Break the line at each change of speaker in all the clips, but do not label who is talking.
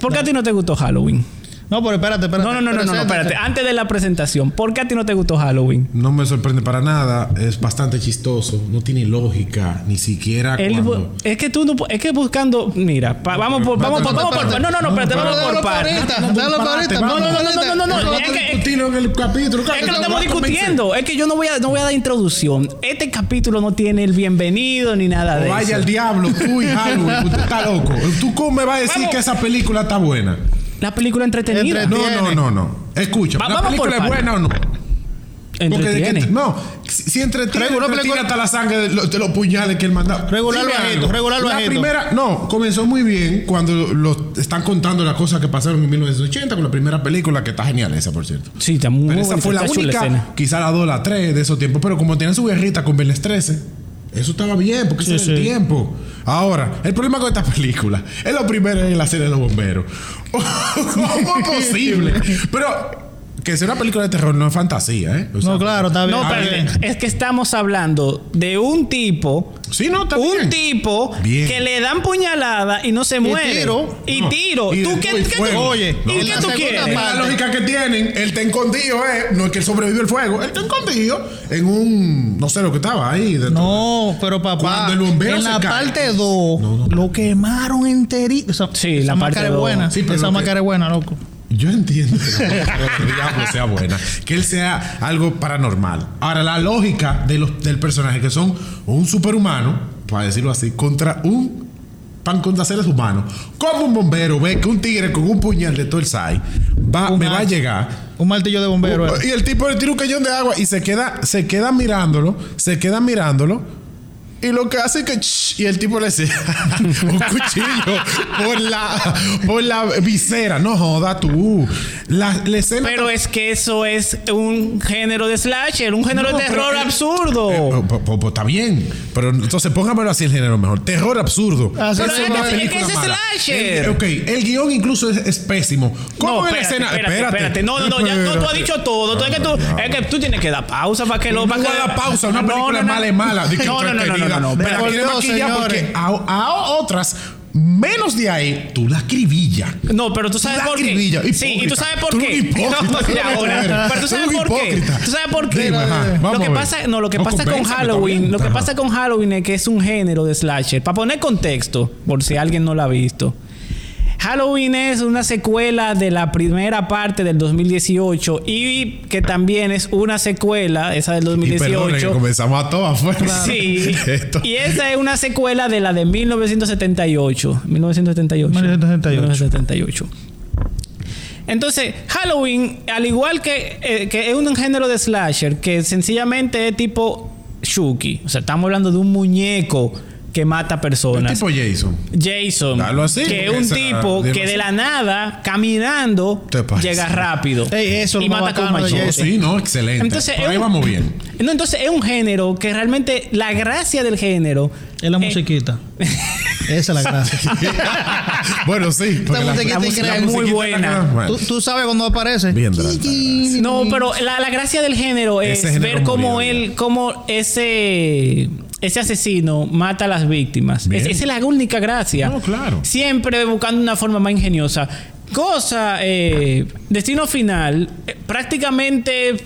¿Por qué a ti no te gustó Halloween?
No, pero espérate, espérate.
No, no, no, no, no, espérate. Antes de la presentación, ¿por qué a ti no te gustó Halloween?
No me sorprende para nada, es bastante chistoso, no tiene lógica, ni siquiera
Él bu-
cuando...
es que tú no pu- es que buscando, mira, pa- vamos por vamos por vamos por no no no, espérate, vamos por partes.
Dale
Espérate,
No,
vamos.
no, no, no, no, no, no.
es que-
discutirlo en el capítulo.
Es que lo estamos discutiendo, es que yo no voy a no voy a dar introducción. Este capítulo no tiene el bienvenido ni nada de
Vaya al
eso.
diablo, tú y Halloween, usted está loco. ¿Tú cómo me vas a decir
Vamos.
que esa película está buena?
La película entretenida.
Entreten-
No,
Tiene.
no, no, no. Escucha,
Va-
¿la
vamos por
película es
parte.
buena o no? Porque de que-
Entretiene.
no, si, si entretiene,
Regular,
entretiene
regular.
hasta la sangre de, los- de los puñales que él mandaba.
Regular
Dime
bajito,
algo.
regular
La
bajito.
primera, no, comenzó muy bien cuando lo, están contando las cosas que pasaron en 1980 con la primera película, que está genial esa, por cierto.
Sí, está muy
Pero esa
bonita,
fue la
está chula escena.
única, quizá la 2, la 3 de esos tiempos. Pero como tenían su guerrita con Vélez 13, eso estaba bien, porque
Sí,
eso era el
sí.
tiempo. Ahora, el problema con esta película es lo primero en la serie de los bomberos. ¿Cómo es posible? Pero que sea una película de terror no es fantasía, ¿eh? O sea,
No, claro, está bien.
No,
Ah,
espérate.
bien.
es que estamos hablando de un tipo
Sí, no, está
un
bien.
tipo
Bien.
que le dan puñalada y no se muere.
tiro.
Y
No.
tiro.
Y
¿Tú
de-
qué,
no, y
qué tú-
fuego.
Oye,
¿y
No,
qué
en la
tú
segunda
quieres?
Es la
parte.
lógica que tienen, él está escondido, ¿eh? No es que él sobrevivió el fuego, él está escondido en un. No sé lo que estaba ahí. dentro.
No, pero papá,
Cuando el bombero
en
se
la
cae.
parte 2
No, no.
lo quemaron enterito. Esa,
Sí,
esa
la parte
máscara es
dos.
buena.
Sí, pero
esa
lo que-
máscara es buena, loco.
Yo entiendo que la lógica del diablo sea buena, que él sea algo paranormal. Ahora, la lógica de los, del personaje, que son un superhumano, para decirlo así, contra un pan contra seres humanos, como un bombero ve que un tigre con un puñal de todo el sai va, me va a llegar.
Un martillo de bombero. era.
Uh, Y el tipo le tira un cañón de agua y se queda, se queda mirándolo, se queda mirándolo. Y lo que hace es que... ch- y el tipo le hace un cuchillo por la, por la visera. No joda tú. La, la escena...
Pero es que eso es un género de slasher, un género
No,
de
pero
terror
el-
absurdo.
Eh, po- po- po- po- está bien. Pero entonces póngamelo así el género mejor. Terror absurdo.
Ah, sí,
Eso
pero
no
es
es
que-
película
es que es
mala.
slasher.
El- ok, el guión incluso es, es pésimo. ¿Cómo
no,
es la
espérate,
escena?
espérate, espérate, No, no, no, ya no, tú has
Espérate.
dicho todo. Tú, es, que tú, es que tú tienes que dar pausa para que lo.
No
para
voy
que-
a dar pausa, una
No,
película
no, no.
mala es mala. Dije,
No, no, no, no, no, no,
entretenida.
no.
Pero
Por
la quieren
Dios,
maquillar porque
señores.
a, a otras, menos de ahí, tú la cribillas.
No, pero tú sabes
La
por qué.
acribilla,
Sí,
hipócrita.
y tú sabes por
Tú
qué.
eres hipócrita,
No,
tú eres
mira, ahora.
hipócrita.
Pero tú sabes
Tú eres
por qué.
hipócrita.
Tú sabes por qué.
Dime, ajá,
Lo
vamos
que
a ver.
pasa, no, lo que
No
pasa con
convénceme,
Halloween,
también,
lo que
ajá.
pasa con Halloween es que es un género de slasher. Para poner contexto, por si alguien no lo ha visto. Halloween es una secuela de la primera parte del 2018 y que también es una secuela, esa del
Y perdone que
2018,
comenzamos a todas fuerzas.
Sí.
Esto.
Y esa es una secuela de la de 1978. 1978.
1978.
1978. Entonces, Halloween, al igual que, eh, que es un género de slasher, que sencillamente es tipo Shuki. O sea, estamos hablando de un muñeco que mata
El
personas.
tipo Jason.
Jason,
Dalo así,
que es
porque
un
esa-
tipo
dilo
que
así.
de la nada, caminando,
¿Te parece?
llega rápido.
Ey, eso es lo más bacano de
Oh,
Jason.
sí, no, excelente.
Entonces,
Por
es
ahí
un-
vamos bien.
No, entonces es un género que realmente la gracia del género
Es la
eh,
musiquita. Esa es la gracia.
bueno, sí. porque
Esta musiquita increíble.
musiquita
Muy buena.
era- bueno.
¿Tú, tú sabes cuando aparece.
Bien, Drácula, gracias.
No, pero la, la gracia del género es
Ese género
ver cómo
murió,
él, cómo ese ese asesino mata a las víctimas.
Bien.
Es- esa es la única gracia.
No, claro.
Siempre buscando una forma más ingeniosa. Cosa, eh, destino final, eh, prácticamente eh,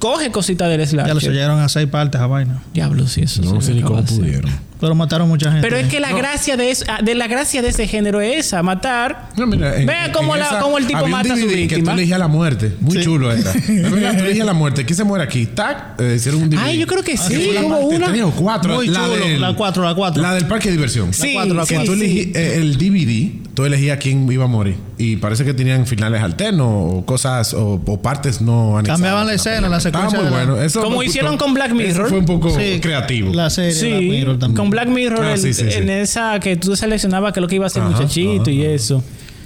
coge cositas del slasher.
Ya lo sellaron a seis partes a vaina.
Diablo, sí, eso.
No
se
sé
me
ni
acaba de
cómo
hacer.
pudieron.
Pero mataron mucha gente.
Pero es que la gracia de eso- de la gracia de ese género es esa, matar.
No, mira, en-
Vea
en
cómo, la-
esa
cómo el tipo
había un
mata a su
DVD Que tú
víctima.
elegías la muerte. Muy
Sí.
chulo era. Es verdad, tú elegías la muerte. ¿Quién se muere aquí? Tac. eh, hicieron un DVD.
Ay, yo creo que sí,
fue la
hubo
parte
una.
tres o cuatro.
Muy chulo, la cuatro, la cuatro.
La del parque de diversión.
Sí,
cuatro, la
sí,
Que tú
sí.
elegí- eh, el DVD, tú elegías quién iba a morir. Y parece que tenían finales alternos o cosas o, o partes no anexadas.
Cambiaban la escena, la
Estaba
secuencia
muy
de la-
bueno. Eso
Como
me gustó.
hicieron con Black
Eso
Mirror.
Fue un poco
Sí,
creativo.
La serie
Sí,
Black Mirror también.
con Black Mirror
Ah,
el-
sí, sí, sí.
en esa que tú seleccionabas que lo que iba a ser
Ajá, Ah,
muchachito
ajá,
y eso.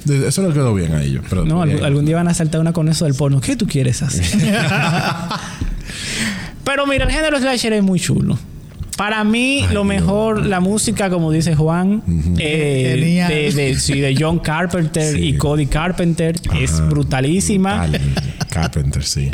Eso le quedó bien a ellos. pero-
No, algún, algún día van a saltar una con eso del porno. ¿Qué tú quieres hacer? Pero mira, el género slasher es muy chulo. Para mí, lo mejor, la música, como dice Juan, eh,
Genial.
de, de- sí, de John Carpenter
Sí.
y Cody Carpenter, es
Ajá,
brutalísima.
brutal. Carpenter, sí.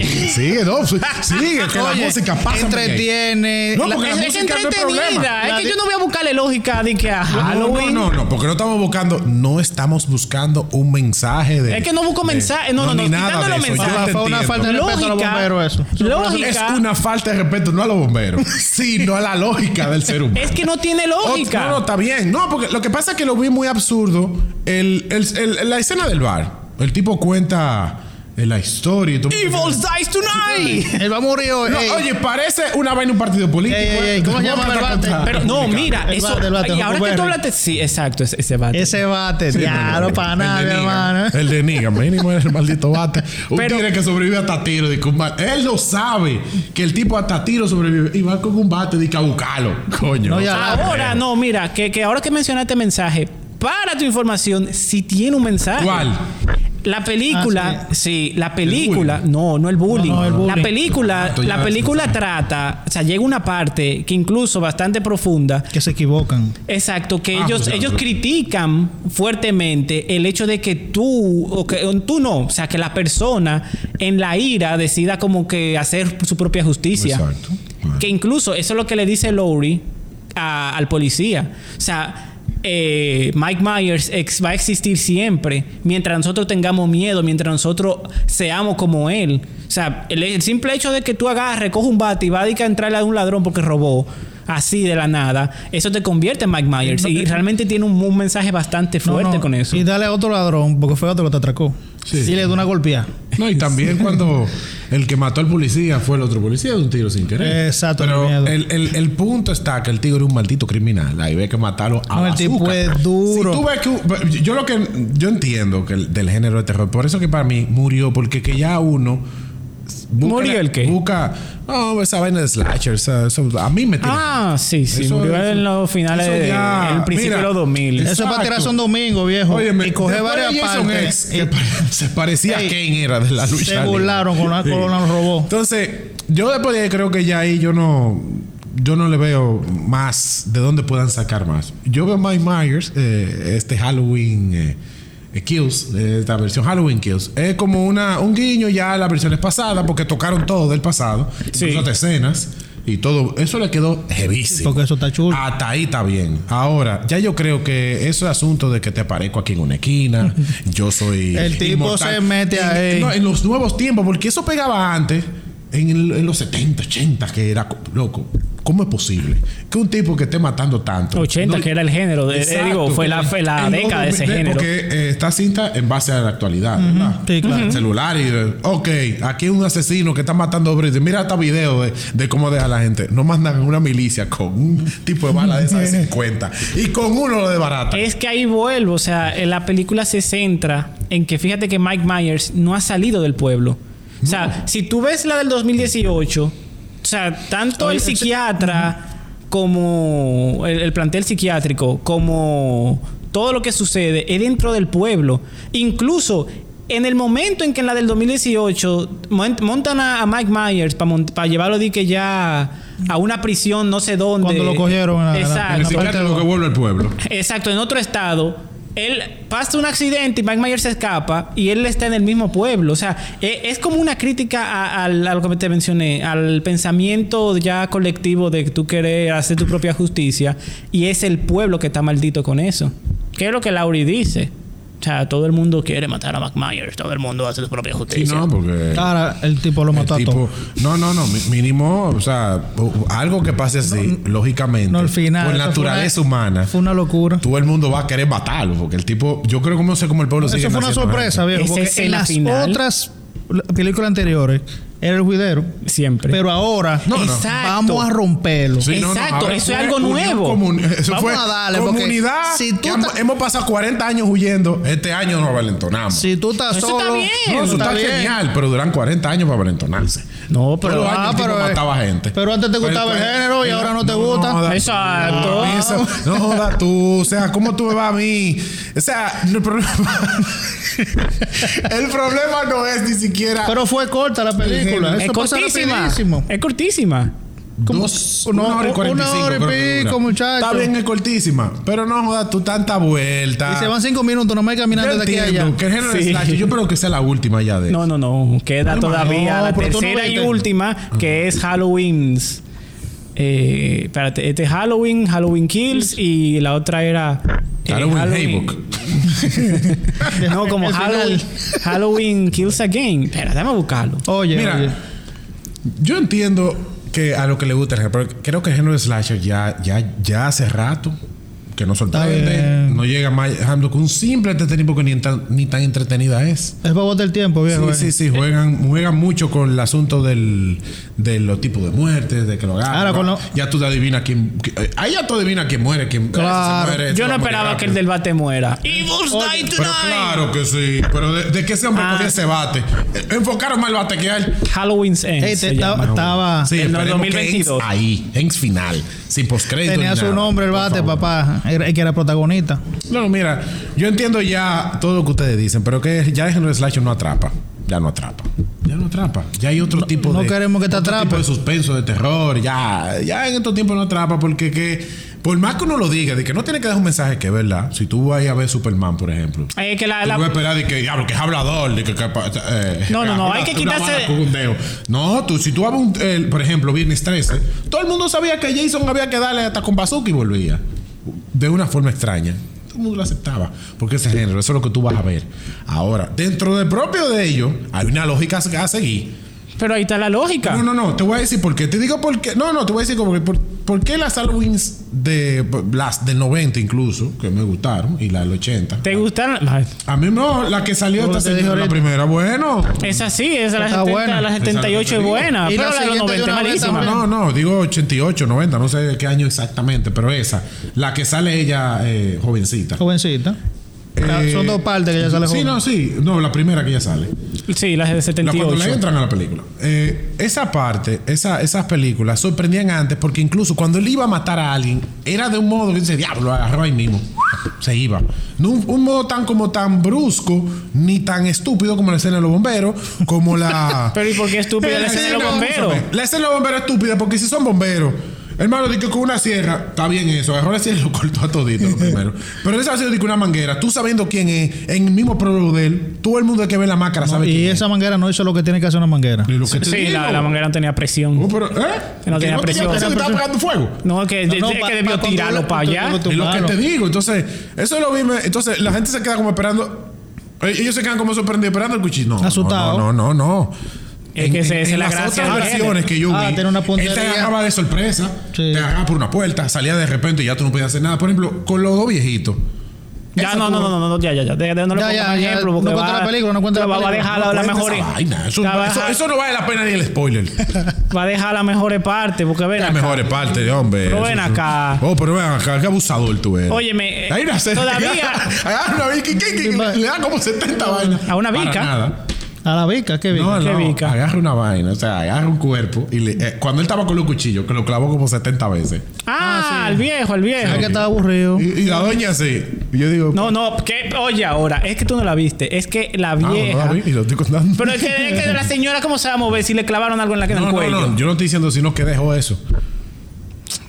Sigue, no, sí, sigue, que la
Oye,
música pasa.
Entretiene.
No,
La-
porque
Es,
la
es
música no es problema.
entretenida.
La
es que
di-
yo no voy a buscarle lógica de que ah, a Halloween.
Ah, No, no, no, porque no estamos buscando, no estamos buscando un mensaje de.
Es que no busco
de-
mensaje, no, no, no,
ni nada
quitando
de
los
eso, yo
mensajes.
te
Fue una
entiendo.
falta de respeto a los
Lógica.
bomberos eso. Eso fue una-
Lógica.
Es una falta de respeto, no a los bomberos, sino a la lógica del ser humano.
Es que no tiene
Ot- No, no,
lógica.
está bien. No, porque lo que pasa es que lo vi muy absurdo. El, el- el- la escena del bar. El tipo cuenta eh, la historia y todo.
Evil dies tonight.
Él va a morir hoy.
No,
ey.
oye, parece una vaina un partido político. ¿eh?
Ey, ey, ey, ¿cómo se llama el
Vamos a
bate?
contar.
Pero no, mira,
El
eso.
bate, el bate,
y ahora que tú
Huckleberry.
hablaste. Sí, exacto, ese, ese bate.
Ese bate. Claro, para nada,
el de Negan.
hermano.
El de Negan, mínimo era el maldito bate. Un
Pero-
tigre que sobrevive hasta tiro. dice, un bate. él lo sabe que el tipo hasta tiro sobrevive y va con un bate de a buscarlo. Coño.
No, ya.
Ahora, no, mira, que, que ahora que mencionaste mensaje, para tu información, si tiene un mensaje.
¿Cuál?
La película,
Ah,
sí. la película, no, no el bullying.
No, no, el
La
bullying.
película,
Exacto, ya,
la película
sí, sí.
trata, o sea, llega una parte que incluso bastante profunda.
Que se equivocan.
Exacto, que
Ah,
ellos,
pues, ya,
ellos
pues.
critican fuertemente el hecho de que tú, o que o tú no, o sea, que la persona en la ira decida como que hacer su propia justicia.
Exacto. Bueno.
Que incluso eso es lo que le dice Lowry a- al policía. O sea, eh, Mike Myers ex- va a existir siempre mientras nosotros tengamos miedo, mientras nosotros seamos como él. O sea, el, el simple hecho de que tú agarres, coges un bate y vas a dedicar a entrarle a un ladrón porque robó. Así de la nada, eso te convierte en Mike Myers. Y realmente tiene un, un mensaje bastante
No,
fuerte
no,
con eso.
Y dale a otro ladrón, porque fue otro que te atracó.
Sí.
Y le dio una golpeada.
No, y también cuando el que mató al policía fue el otro policía de un tiro sin querer.
Exacto, el
Pero
miedo.
el, el- el punto está que el tigre es un maldito criminal. Ahí ve que matarlo a
No, el
bazooka.
tipo es duro.
Si tú ves que un- yo lo que yo entiendo que el- del género de terror, por eso que para mí murió porque que ya uno busca-
¿Murió el qué?
Busca no, esa vaina de slasher, o sea, eso a mí me tira.
Ah, sí, sí,
Eso-
murió
eso-
en los finales,
eso
de-
ya,
en el principio
mira,
de los 2000.
Eso
es-
es
Exacto.
para tirarse un domingo, viejo. y coge varias partes.
que
y
pare- se parecía
Ey,
a Ken era de la lucha.
se
libre.
burlaron con una
Sí.
corona los robots.
Entonces, yo después de ahí creo que ya ahí yo no. Yo no le veo más de dónde puedan sacar más. Yo veo Mike Myers, eh, este Halloween eh, eh, Kills, eh, esta versión Halloween Kills. Es como una, un guiño ya a las versiones pasadas, porque tocaron todo del pasado,
Sí.
incluso hasta escenas y todo. Eso le quedó heavísimo.
Porque eso está chulo.
Hasta ahí está bien. Ahora, ya yo creo que ese asunto de que te aparezco aquí en una esquina, yo soy.
El tipo se mete
En-
ahí.
no, en los nuevos tiempos, porque eso pegaba antes, en, el- en los 70, 80, que era co- loco. ¿Cómo es posible que un tipo que esté matando tanto?
80,
no-
que era el género, de- eh,
Exacto.
digo, fue la, fue la
En los
década de ese
2000,
género.
Porque eh, está cinta en base a la actualidad, ¿verdad?
Sí, claro.
El celular y. eh, Ok, aquí hay un asesino que está matando hombres. Mira este video de, de cómo deja a la gente. No mandan una milicia con un tipo de bala de esas de 50 y con uno lo de barata.
Es que ahí vuelvo, o sea, en la película se centra en que fíjate que Mike Myers no ha salido del pueblo. O sea, si tú ves la del 2018, o sea, tanto el psiquiatra como el, el plantel psiquiátrico, como todo lo que sucede es dentro del pueblo. Incluso en el momento en que en la del 2018 mon- montan a, a Mike Myers para llevarlo de que ya a una prisión no sé dónde.
Cuando lo cogieron en la- en la- en la
Exacto.
el psiquiátrico que vuelve al pueblo.
Exacto, en otro estado. Él pasa un accidente y Mike Myers se escapa y él está en el mismo pueblo. O sea, e- es como una crítica a, al- a lo que te mencioné, al pensamiento ya colectivo de que tú quieres hacer tu propia justicia y es el pueblo que está maldito con eso. ¿Qué es lo que Lauri dice? O sea, todo el mundo quiere matar a Mike Myers, todo el mundo hace su propia
Sí,
justicia.
no, porque.
Ahora el tipo lo
el
mató a
tipo-
todos.
no, no, no, mi- mínimo, o sea, o- algo que pase así, lógicamente,
No, al final. eso
por
fue una-
naturaleza humana,
Fue una locura.
todo el mundo va a querer matarlo, porque el tipo, yo creo que no sé cómo el pueblo sigue
Eso fue una
naciendo
sorpresa,
Esa
viejo. Porque en
escena
las
final.
otras películas anteriores era el juidero.
Siempre.
Pero ahora
No, no.
Exacto.
vamos a romperlo.
Sí, no, no,
Exacto,
ahora
eso es
fue
algo
unión
nuevo.
eso
Vamos
fue
a darle, porque
comunidad.
si tú
que hem-
ta-
hemos pasado 40 años huyendo, este año nos valentonamos.
Si tú estás
Eso está
solo.
bien.
No, eso está,
bien.
genial, pero duran 40 años para valentonarse.
No,
Todos los años el tipo
pero, eh,
mataba gente. pues, eh,
pero antes te gustaba el género y ahora no te gusta.
joda.
Exacto.
No, eso- no joda tú. O sea, ¿cómo tú me vas a mí? O sea, el problema. el problema no es ni siquiera.
Pero fue corta la película.
es
Eso pasa
cortísima.
rapidísimo.
Es cortísima.
Como
dos,
una
una, hora y
hora- una
45.
hora y
creo que
pico,
dura.
muchacho.
Está bien, es cortísima. Pero no jodas tú tanta vuelta.
Y se van cinco minutos nomás caminando
Yo
de aquí a allá.
entiendo que el género de
Sí.
slasher, yo creo que sea la última ya de.
No, no, no. Queda
No,
todavía
no,
la
pero tú no
tercera y
viste.
última, que es Halloween's. Eh, espérate, este es Halloween, Halloween Kills y la otra era. eh,
Halloween Haybook.
No, como
El final.
Halloween, Halloween Kills Again. Espera, déjame buscarlo.
Oye,
Mira,
oye.
yo entiendo que a lo que le gusta el género, pero creo que el género de slasher ya, ya, ya hace rato que no soltaba.
Está bien.
No llega más Hamdo con un simple entretenimiento que ni tan, ni tan entretenida es.
es para botar el tiempo,
Sí,
viejo. eh.
sí, sí, juegan, juegan mucho con el asunto del, de los tipos de muertes, de que lo agarran.
Ahora con lo-
Ya tú te adivinas quién. qui- eh, Ahí ya tú adivinas quién muere, quién ese se
Claro.
muere, ese
Yo no
va a morir
esperaba que
rápido.
el del bate muera. Evil's die
Pero
tonight.
claro que sí, pero de, de que ese hombre
Ah.
podía ese bate. Eh, Enfocaron más el bate que él.
Halloween's End.
Ey,
se
te-
llama.
Este estaba, estaba-
Sí,
en el
esperemos que
2022.
Hanks ahí, en final, sin postcrédito.
tenía
ni
su
nada,
nombre el
por
bate,
favor.
papá. Era- el que era protagonista.
No, mira, yo entiendo ya todo lo que ustedes dicen, pero que ya el género de slasher no atrapa. Ya no atrapa. Ya no atrapa. Ya hay otro tipo
no
de.
queremos que te
otro
atrape.
tipo de suspenso, de terror. Ya, ya en estos tiempos no atrapa porque que. Por más que uno lo diga, de que no tiene que dar un mensaje que es verdad. Si tú vas ahí a ver Superman, por ejemplo.
Eh, que la-
Tú
la-
vas a esperar de que diablo, que es hablador, de que, que- eh,
No, no, no,
una-
hay que
una
quitarse-
bala con un dedo. No, tú, si tú abres, un, el- por ejemplo, Viernes 13, todo el mundo sabía que Jason había que darle hasta con bazooka y volvía. De una forma extraña. Todo el mundo lo aceptaba. Porque ese género, eso es lo que tú vas a ver. Ahora, dentro del propio de ellos, hay una lógica a seguir.
Pero ahí está la lógica.
No, no, no, te voy a decir por qué. Te digo por qué. No, no, te voy a decir por qué. Por, por qué las Halloweens de, las del 90 incluso, que me gustaron, y la del 80.
¿Te gustan? Ay,
A mí no, la que salió
Como
esta
te dije
señora, la
ahorita.
primera, bueno.
Esa sí, esa la
Está
70,
buena.
la 78 es
Esa es la que te
buena,
digo.
pero
Y la
la de los 90
siguiente
es
yo la voy a
malísima.
saber.
No, no, digo 88, 90, no sé de qué año exactamente, pero esa, la que sale ella eh, jovencita.
Jovencita. Ah,
Eh,
Son dos partes que ya sale
Sí,
joven.
no, sí, no, la primera que ella sale.
Sí, las de
La, cuando le
78.
entran a la película. Eh, esa parte, esa, esas películas sorprendían antes porque incluso cuando él iba a matar a alguien, era de un modo que dice, diablo, lo agarró ahí mismo. Se iba. No un, un modo tan como tan brusco, ni tan estúpido como la escena de los bomberos, como la.
Pero ¿y por qué estúpida la escena de los
no,
bomberos?
escúchame. La escena de los bomberos es estúpida porque si son bomberos. Hermano, dije que con una sierra, está bien eso, agarró la sierra y lo cortó a todito lo primero. Pero esa ha sido de que una manguera, tú sabiendo quién es, en el mismo prólogo de él, todo el mundo que ve la máscara sabe
Y
quién Mm.
esa manguera no hizo lo que tiene que hacer una manguera.
es. Y lo que te
Sí,
digo.
la, la manguera no tenía
Oh,
presión.
pero, ¿eh?
Que no tenía presión.
Que estaba pegando fuego.
No, que,
no,
es
pa-
que debió
pa-
tirarlo para allá.
controlar-
Es lo que
Claro.
te digo. Entonces, eso lo vimos. Entonces, la gente se queda como esperando. Eh, Ellos se quedan como sorprendidos esperando el cuchillo. No, no,
Asustado.
No, no, no. no.
Es que esa- esa es la
las
gracia
otras
del
versiones
género.
que yo
Ah,
vi,
tiene una
él te
puntería.
agarraba de sorpresa,
Sí.
te agarraba por una puerta, salía de repente y ya tú no podías hacer nada. Por ejemplo, con los dos viejitos.
Ya,
Esa
no, no, no, no, no, ya, ya, ya. De- de- No le
Ya,
pongo
ya,
más
ya.
ejemplo
No
porque
cuenta
va-
la película, no cuenta la
va- Va a
película.
dejar la- e-
No
las
cuenta esa
mejores.
vaina. Eso,
la va a
eso-
dejar-
eso no vale la pena ni el spoiler.
Va a dejar las mejores partes porque ven
Las
acá.
mejores partes, hombre.
Pero
Eso
ven
es-
acá.
Oh, pero ven acá, qué abusador tú eres.
Óyeme, eh,
Hay una serie.
todavía-
Hay una vica que- que- que le da como 70 vainas.
¿A una vica?
Para nada.
A la bica, qué bica.
No,
¿Qué
no,
vica?
agarra una vaina, o sea, agarra un cuerpo y le, eh, cuando él estaba con los cuchillos, que lo clavó como 70 veces.
Ah, el viejo, el
Es que
viejo.
estaba aburrido.
Y, y la doña así. Y yo digo,
No, no, que oye ahora, es que tú no la viste, es que la
"Ah, no la
vieja.
vi", y lo estoy contando.
Pero es que, es que la señora cómo se va a mover si le clavaron algo en la en el
no, no,
cuello.
no, yo no estoy diciendo sino que dejó eso.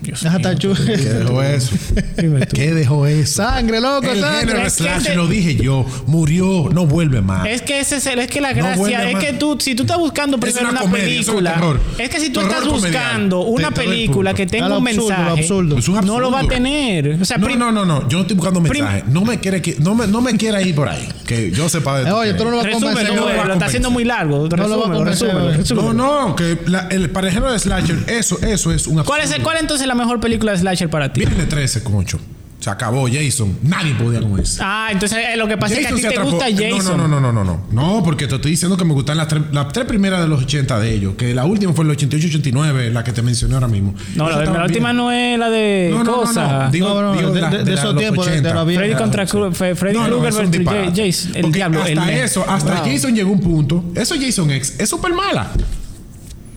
Deja estar chu-
Que dejó eso.
Dime tú.
¿Qué dejó eso?
Sangre, loco,
El género
sangre.
es que
slash,
ese-
lo dije yo, murió, no vuelve más.
Es que ese es, el- es que la
No
gracia
vuelve
es
más.
que tú si tú estás buscando primero
una
una,
comedia, eso es
película,
terror.
es que si tú
Terror
estás
comedial.
buscando
Te-
una
te doy el
película
punto.
que
A
tenga
lo
un
absurdo, a lo
mensaje,
absurdo.
Es un
no lo va a
absurdo.
tener. O sea,
No,
prim-
no, no, no. Yo no estoy buscando mensajes. No me quiere que, no me, no me quiera ir por ahí. Que yo sepa de
Eh, Oye, tú no lo vas a
resúmelo,
convencer.
no,
no lo
lo,
vas a
está
convencer.
haciendo muy largo.
va a
Resúmelo,
convencer,
resúmelo,
eh.
resúmelo.
No, no, que la- el parejero de Slasher, eso, eso es un
¿Cuál es el- cuál entonces es la mejor película de slasher para ti?
Viene 13 con 8. Se acabó Jason. Nadie podía con eso.
Ah, entonces eh, lo que pasa es que
se
a ti te
atrapó.
gusta
No,
Jason.
No, no, no, no, no, no. No, porque te estoy diciendo que me gustan las tres, las tres primeras de los 80 de ellos. Que la última fue el 88-89, la que te mencioné ahora mismo.
No,
Eso
la,
estaba
la última
bien.
no es la de
No, no, no,
cosa.
no. Digo,
No, no,
digo
de-
la-
de- de
la-
esos
los
tiempos, de- de
80.
la vida.
Freddy
Claro,
contra
sí.
Kru- Fe- Freddy
No, no,
Krueger
es un
versus
disparate.
Ja- Jason. El
Porque
diablo.
Hasta
el-
eso, hasta
Wow.
Jason llegó a un punto. Eso Jason X es súper mala.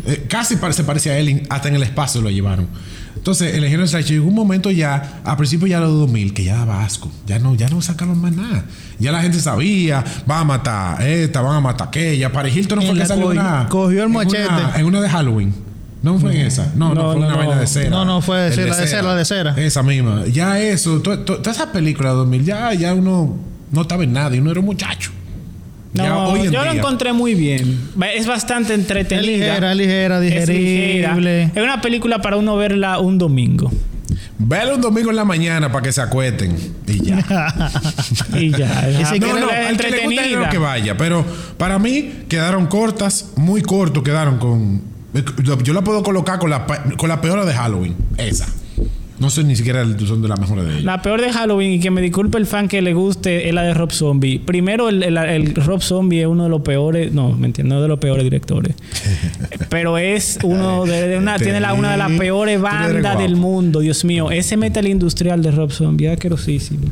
Eh, casi pare- se parecía a él, in- hasta en el espacio lo llevaron. Entonces, el género de slasher llegó un momento ya, a principios ya de los 2000, que ya daba asco. Ya no, ya no sacaron más nada. Ya la gente sabía, van a matar a esta, van a matar a aquella. Para Hilton no
En
fue que
la
salió
co-
una.
cogió el
en
machete.
una- en una de Halloween. No fue en esa. No, no,
No,
fue
no,
una
no.
vaina de cera.
No, no, fue de
El
cera, de cera, de cera.
Esa misma. Ya eso, to- to- todas esas películas de 2000, ya, ya uno no estaba en nadie, uno era un muchacho. Ya
No,
hoy en
yo lo
día.
encontré muy bien. Va- Es bastante
Es
entretenida.
ligera, es ligera,
Es ligera.
digerible.
Es una película para uno verla un domingo.
Vele un domingo en la mañana para que se acuesten y ya.
Y ya.
Y si
La
No,
película
no,
es
al que le gusta
entretenida.
dinero que vaya. Pero para mí quedaron cortas, muy corto quedaron con. Yo la puedo colocar con la, pa- con la peor de Halloween, esa. No sé ni siquiera el- son de las mejores de ellas.
La peor de Halloween, y que me disculpe el fan que le guste, es la de Rob Zombie. Primero, el, el- el Rob Zombie es uno de los peores, no, me entiendo, no de los peores directores. Pero es uno de, de una, tiene la, una de las peores
Tú eres
bandas
guapo.
del mundo, Dios mío. Ese metal industrial de Rob Zombie, asquerosísimo.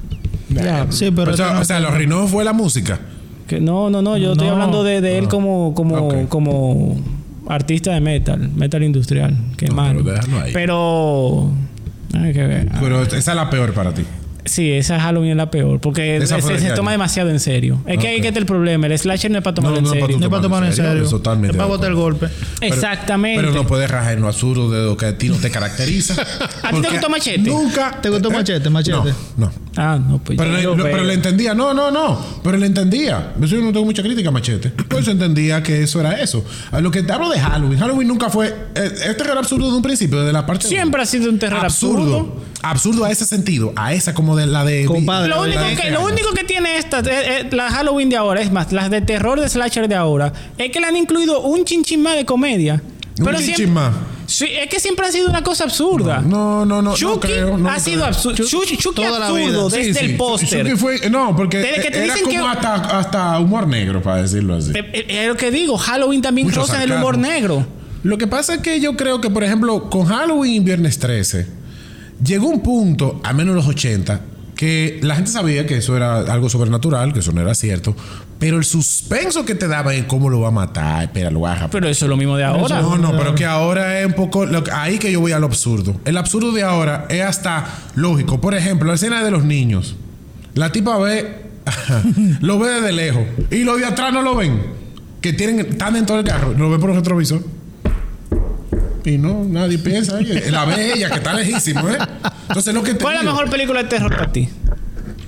Ya, sí, pero.
o sea,
esto no-
o sea, los rinos fue la música.
Que no, no, no, yo estoy
No.
hablando de, de él como, como,
Ok.
como artista de metal, metal industrial, que
No,
malo.
pero déjalo ahí.
Pero. hay que ver.
Ah.
Pero esa es la peor para ti.
Sí, esa Halloween es la peor, porque
Esa
se,
fue de
se
qué
toma
año?
demasiado en serio. Es que ahí
Ok.
que está el problema, el slasher no es para tomar
No,
en
no es para
serio.
no es para tomar en serio. Es
Totalmente
para
de
botar el golpe.
Pero-
Exactamente.
Pero no puedes rajar en lo absurdo de lo que a ti no te caracteriza.
te
Porque
gustó Machete?
Nunca.
¿Te gustó Machete, Machete?
Eh, No, no.
Ah, no, pues
Pero,
ya
le,
yo
lo-
veo.
pero le entendía, no, no, no. Pero le entendía. Eso yo no tengo mucha crítica, a Machete. Por eso entendía que eso era eso. A lo que te hablo de Halloween. Halloween nunca fue. eh, Este era absurdo de un principio, desde la parte.
Siempre ha sido un terror absurdo.
absurdo. Absurdo a ese sentido. A esa como de la de.
Compadre.
Lo
La
único,
de
que,
este
lo
año.
único que tiene esta, eh, eh, la Halloween de ahora, es más, las de terror de slasher de ahora, es que le han incluido un chinchín más de comedia.
Un
Pero
chinchín
siempre-
más.
Sí, es que siempre ha sido una cosa absurda.
No, no, no.
Chucky
no creo, no
ha sido
creo.
absurdo. Chucky, Chucky
toda la
absurdo
Sí,
desde
sí.
el póster.
Chucky fue- No, porque
Desde que te
era
dicen
como
que-
hasta, hasta humor negro, para decirlo así.
Eh, eh, Es lo que digo, Halloween también
Mucho
roza en el
sarcasmo.
humor negro.
Lo que pasa es que yo creo que, por ejemplo, con Halloween y Viernes 13, llegó un punto, a menos los 80, que la gente sabía que eso era algo sobrenatural, que eso no era cierto, pero el suspenso que te daba en cómo lo va a matar, espera, lo va a jalar.
Pero eso es lo mismo de ahora.
No, no, pero que ahora es un poco. lo que- ahí que yo voy al absurdo. El absurdo de ahora es hasta lógico. Por ejemplo, la escena de los niños. La tipa ve. lo ve desde lejos. Y los de atrás no lo ven. Que tienen, están dentro del carro. Lo ve por el retrovisor. Y no, nadie piensa. oye, la ve ella, que está lejísimo, ¿eh? Entonces lo que te
¿Cuál es la
digo-
mejor película de terror para ti?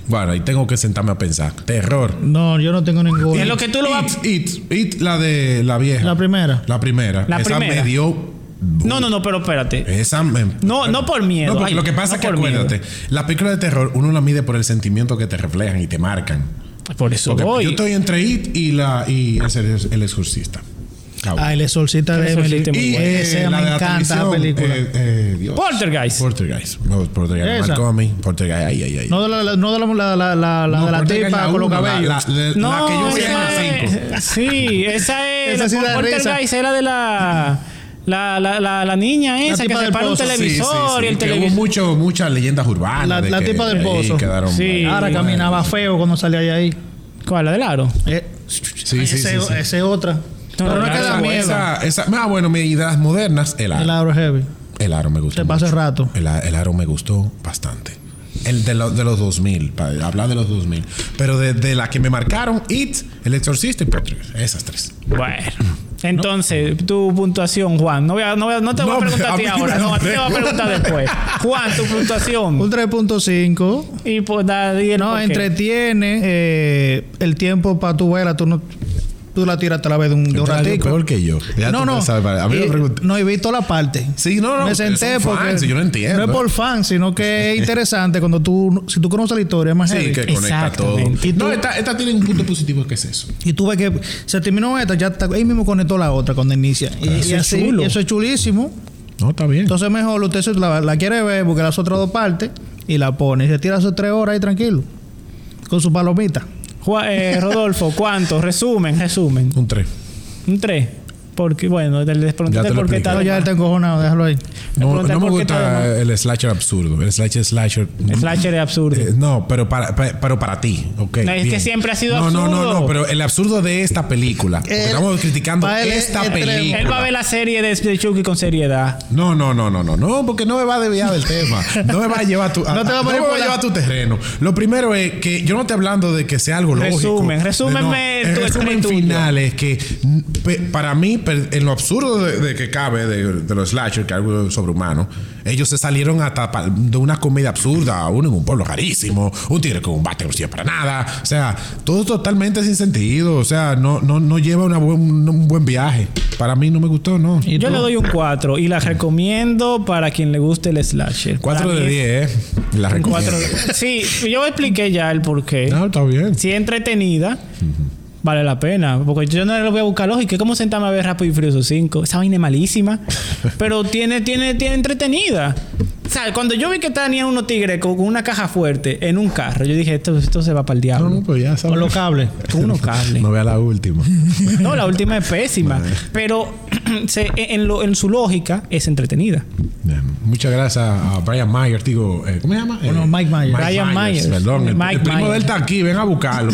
Bueno, ahí tengo que sentarme a pensar. Terror.
No, yo no tengo
Es
ningún.
lo que tú lo vas.
It, it, it, la de la vieja.
La primera.
La primera.
La
Esa
primera.
me dio.
No, no, no, pero espérate.
Esa me-
No, no por miedo.
Eh, No, porque
Ay,
lo que pasa
no
es que
por miedo.
acuérdate, las películas de terror uno la mide por el sentimiento que te reflejan y te marcan.
Por eso
Porque
voy.
yo estoy entre It y la y el, el exorcista. Cabrón.
Ah, el exorcista
El
de Emily.
exorcista muy
y
bueno.
eh,
Ese
la
me
de la
encanta esa
televisión,
película.
eh, eh, Dios.
Pues. Poltergeist.
Poltergeist. No, Poltergeist me
Esa.
marcó a mí. Poltergeist, ay, ay, ay.
No de la, no de la, la, la, la, la
No,
de la
Poltergeist
tipa
la
con los
uno, la-
cabellos.
La, la-
No,
la que yo vi en
esa
la
es-
5.
Sí, esa es.
Esa sí
la
da
Poltergeist era de la. La, la, la, la niña esa que
tipa
se
del
para un
pozo. Sí,
televisor y el
que hubo
televisor.
mucho, muchas leyendas urbanas.
La-
de
la
que
tipa del
ahí
pozo.
quedaron
Sí.
Ahora
Bueno.
caminaba feo cuando salía de ahí.
¿Cuál? ¿La del aro?
Eh,
sí, sí,
ese-
sí.
ese otra. Pero no
no,
es que
esa-
da miedo.
Esa, esa, ah, bueno, mi ideas modernas, el
El
aro.
Auro Heavy.
El aro me gustó.
Te pasa el
mucho.
rato.
El, a- el aro me gustó bastante. El de, lo- de los 2000, para hablar de los 2000. Pero de, de la que me marcaron, It, El Exorcista y Poltergeist. Esas tres.
Bueno. Entonces, tu puntuación, Juan. No, voy a- no, voy a- no te voy
No,
a preguntar a
a
ti
mí
ahora.
me
No, a ti
lo
te voy a preguntar después. Juan, tu
Un
puntuación.
3.5.
Y pues, da, y el
No,
por qué.
entretiene eh, el tiempo para tu vela. Tú, no, tú la tiras a la vez de un, de un
Tú eres algo
ratico.
peor que yo. Ya
no,
tú
no.
sabes, para- a mí me
Eh,
preguntan.
no, he visto la parte.
Sí, no, no.
Me
ustedes
senté
son
porque.
fans y yo no entiendo.
No es por fan, sino que es interesante cuando tú. Si tú conoces la historia, es más
Sí,
heavy.
que conecta todo.
Exactamente.
¿Y tú?
No, esta, esta tiene un punto positivo que es eso.
Y tú ves que se terminó esta, ya está- ahí mismo conectó la otra cuando inicia. Y,
Eso
y
es
así,
chulo.
eso es chulísimo.
No, está bien.
Entonces mejor usted se la, la quiere ver, porque las otras dos partes, y la pone. Y se tira sus tres horas ahí tranquilo. Con su palomita.
Juan- eh, Rodolfo, ¿cuánto? Resumen, resumen.
Un 3.
Un 3. Porque, bueno, te les
Ya
preguntaste
te lo
por qué
expliqué.
tal.
Pero ya él está encojonado, déjalo ahí.
No,
preguntan
no me
por qué todo,
gusta el slasher absurdo. El slasher slasher.
Slasher es absurdo.
Eh, no, pero para, pa- pero para ti, ok.
No, es que siempre ha sido
no, No, no,
absurdo.
no, pero el absurdo de esta película. porque
El-
estamos criticando
pa' Eh, él es
esta
extremo.
película.
Él va a ver la serie de, de Chucky con seriedad.
No, no, no, no, no, no, porque no me va a desviar del tema. No me va a llevar a tu, a-
No te va a
no
poner
me
por
a
la-
llevar a tu terreno. Lo primero es que yo no estoy hablando de que sea algo lógico.
Resumen,
De
resúmenme
no.
tu
El resumen
estrella tuya.
final es que mm, pe- para mí per- en lo absurdo de, de que cabe de, de los slasher, que es algo sobrehumano, ellos se salieron hasta pa- de una comedia absurda, uno en un pueblo carísimo, un tigre con un bate que no sirve para nada, o sea, todo totalmente sin sentido, o sea, no, no, no lleva una buen- un buen viaje. Para mí no me gustó, no.
¿Y
Yo
tú?
le doy un 4 y la recomiendo para quien le guste el slasher.
4
Para
de
mí
10, eh. La
es
recomiendo.
cuatro de- Sí, yo expliqué ya el porqué.
No, está bien.
Si es entretenida, vale la pena. Porque yo no le voy a buscar lógica. ¿Cómo sentarme a ver Rápido y Furioso 5? Esa vaina es malísima. pero tiene, tiene, tiene entretenida. O sea, cuando yo vi que tenían unos tigres con con una caja fuerte en un carro, yo dije, esto, esto se va para el diablo.
No, no, pues ya sabes.
Con los cables.
Con unos cables.
No vea la última.
No, la última es pésima. Pero se- e, en, lo- en su lógica es entretenida.
Bien. Muchas gracias a Brian Myers, digo, eh, ¿cómo se llama?
Bueno,
Eh,
Mike Myers.
Brian Myers.
Perdón, el,
Mike
el primo
Myers.
de él está aquí, ven a buscarlo.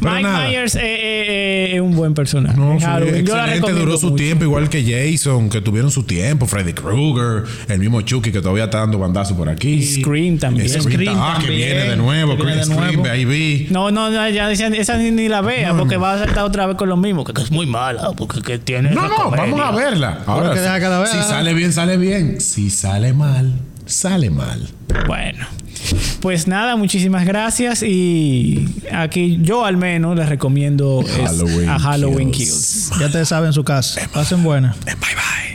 Pero
Mike
nada.
Myers eh, eh, eh, es un buen personaje.
No, sí,
Halloween. Yo la
excelente,
recomiendo
duró su
mucho.
tiempo, igual que Jason, que tuvieron su tiempo, Freddy Krueger, el mismo Chucky que todavía está dando bandazo por aquí.
Scream también.
Scream,
Scream
ah, que
también,
viene de
que
nuevo,
viene de
Scream,
nuevo.
baby.
No, no, no, ya decían, esa ni, ni la vea, porque va a saltar otra vez con lo mismo, que, que es muy mala, porque que tiene.
No,
esa
no,
comedia.
vamos a verla. Ahora,
Ahora que
si-
deja cada vez,
si
ah.
sale bien, sale bien. Si sale mal, sale mal.
Bueno, pues nada, muchísimas gracias y aquí yo al menos les recomiendo es-
Halloween
a Halloween
Kills.
Kills.
Ya te saben su casa. Pasen buena.
Bye bye.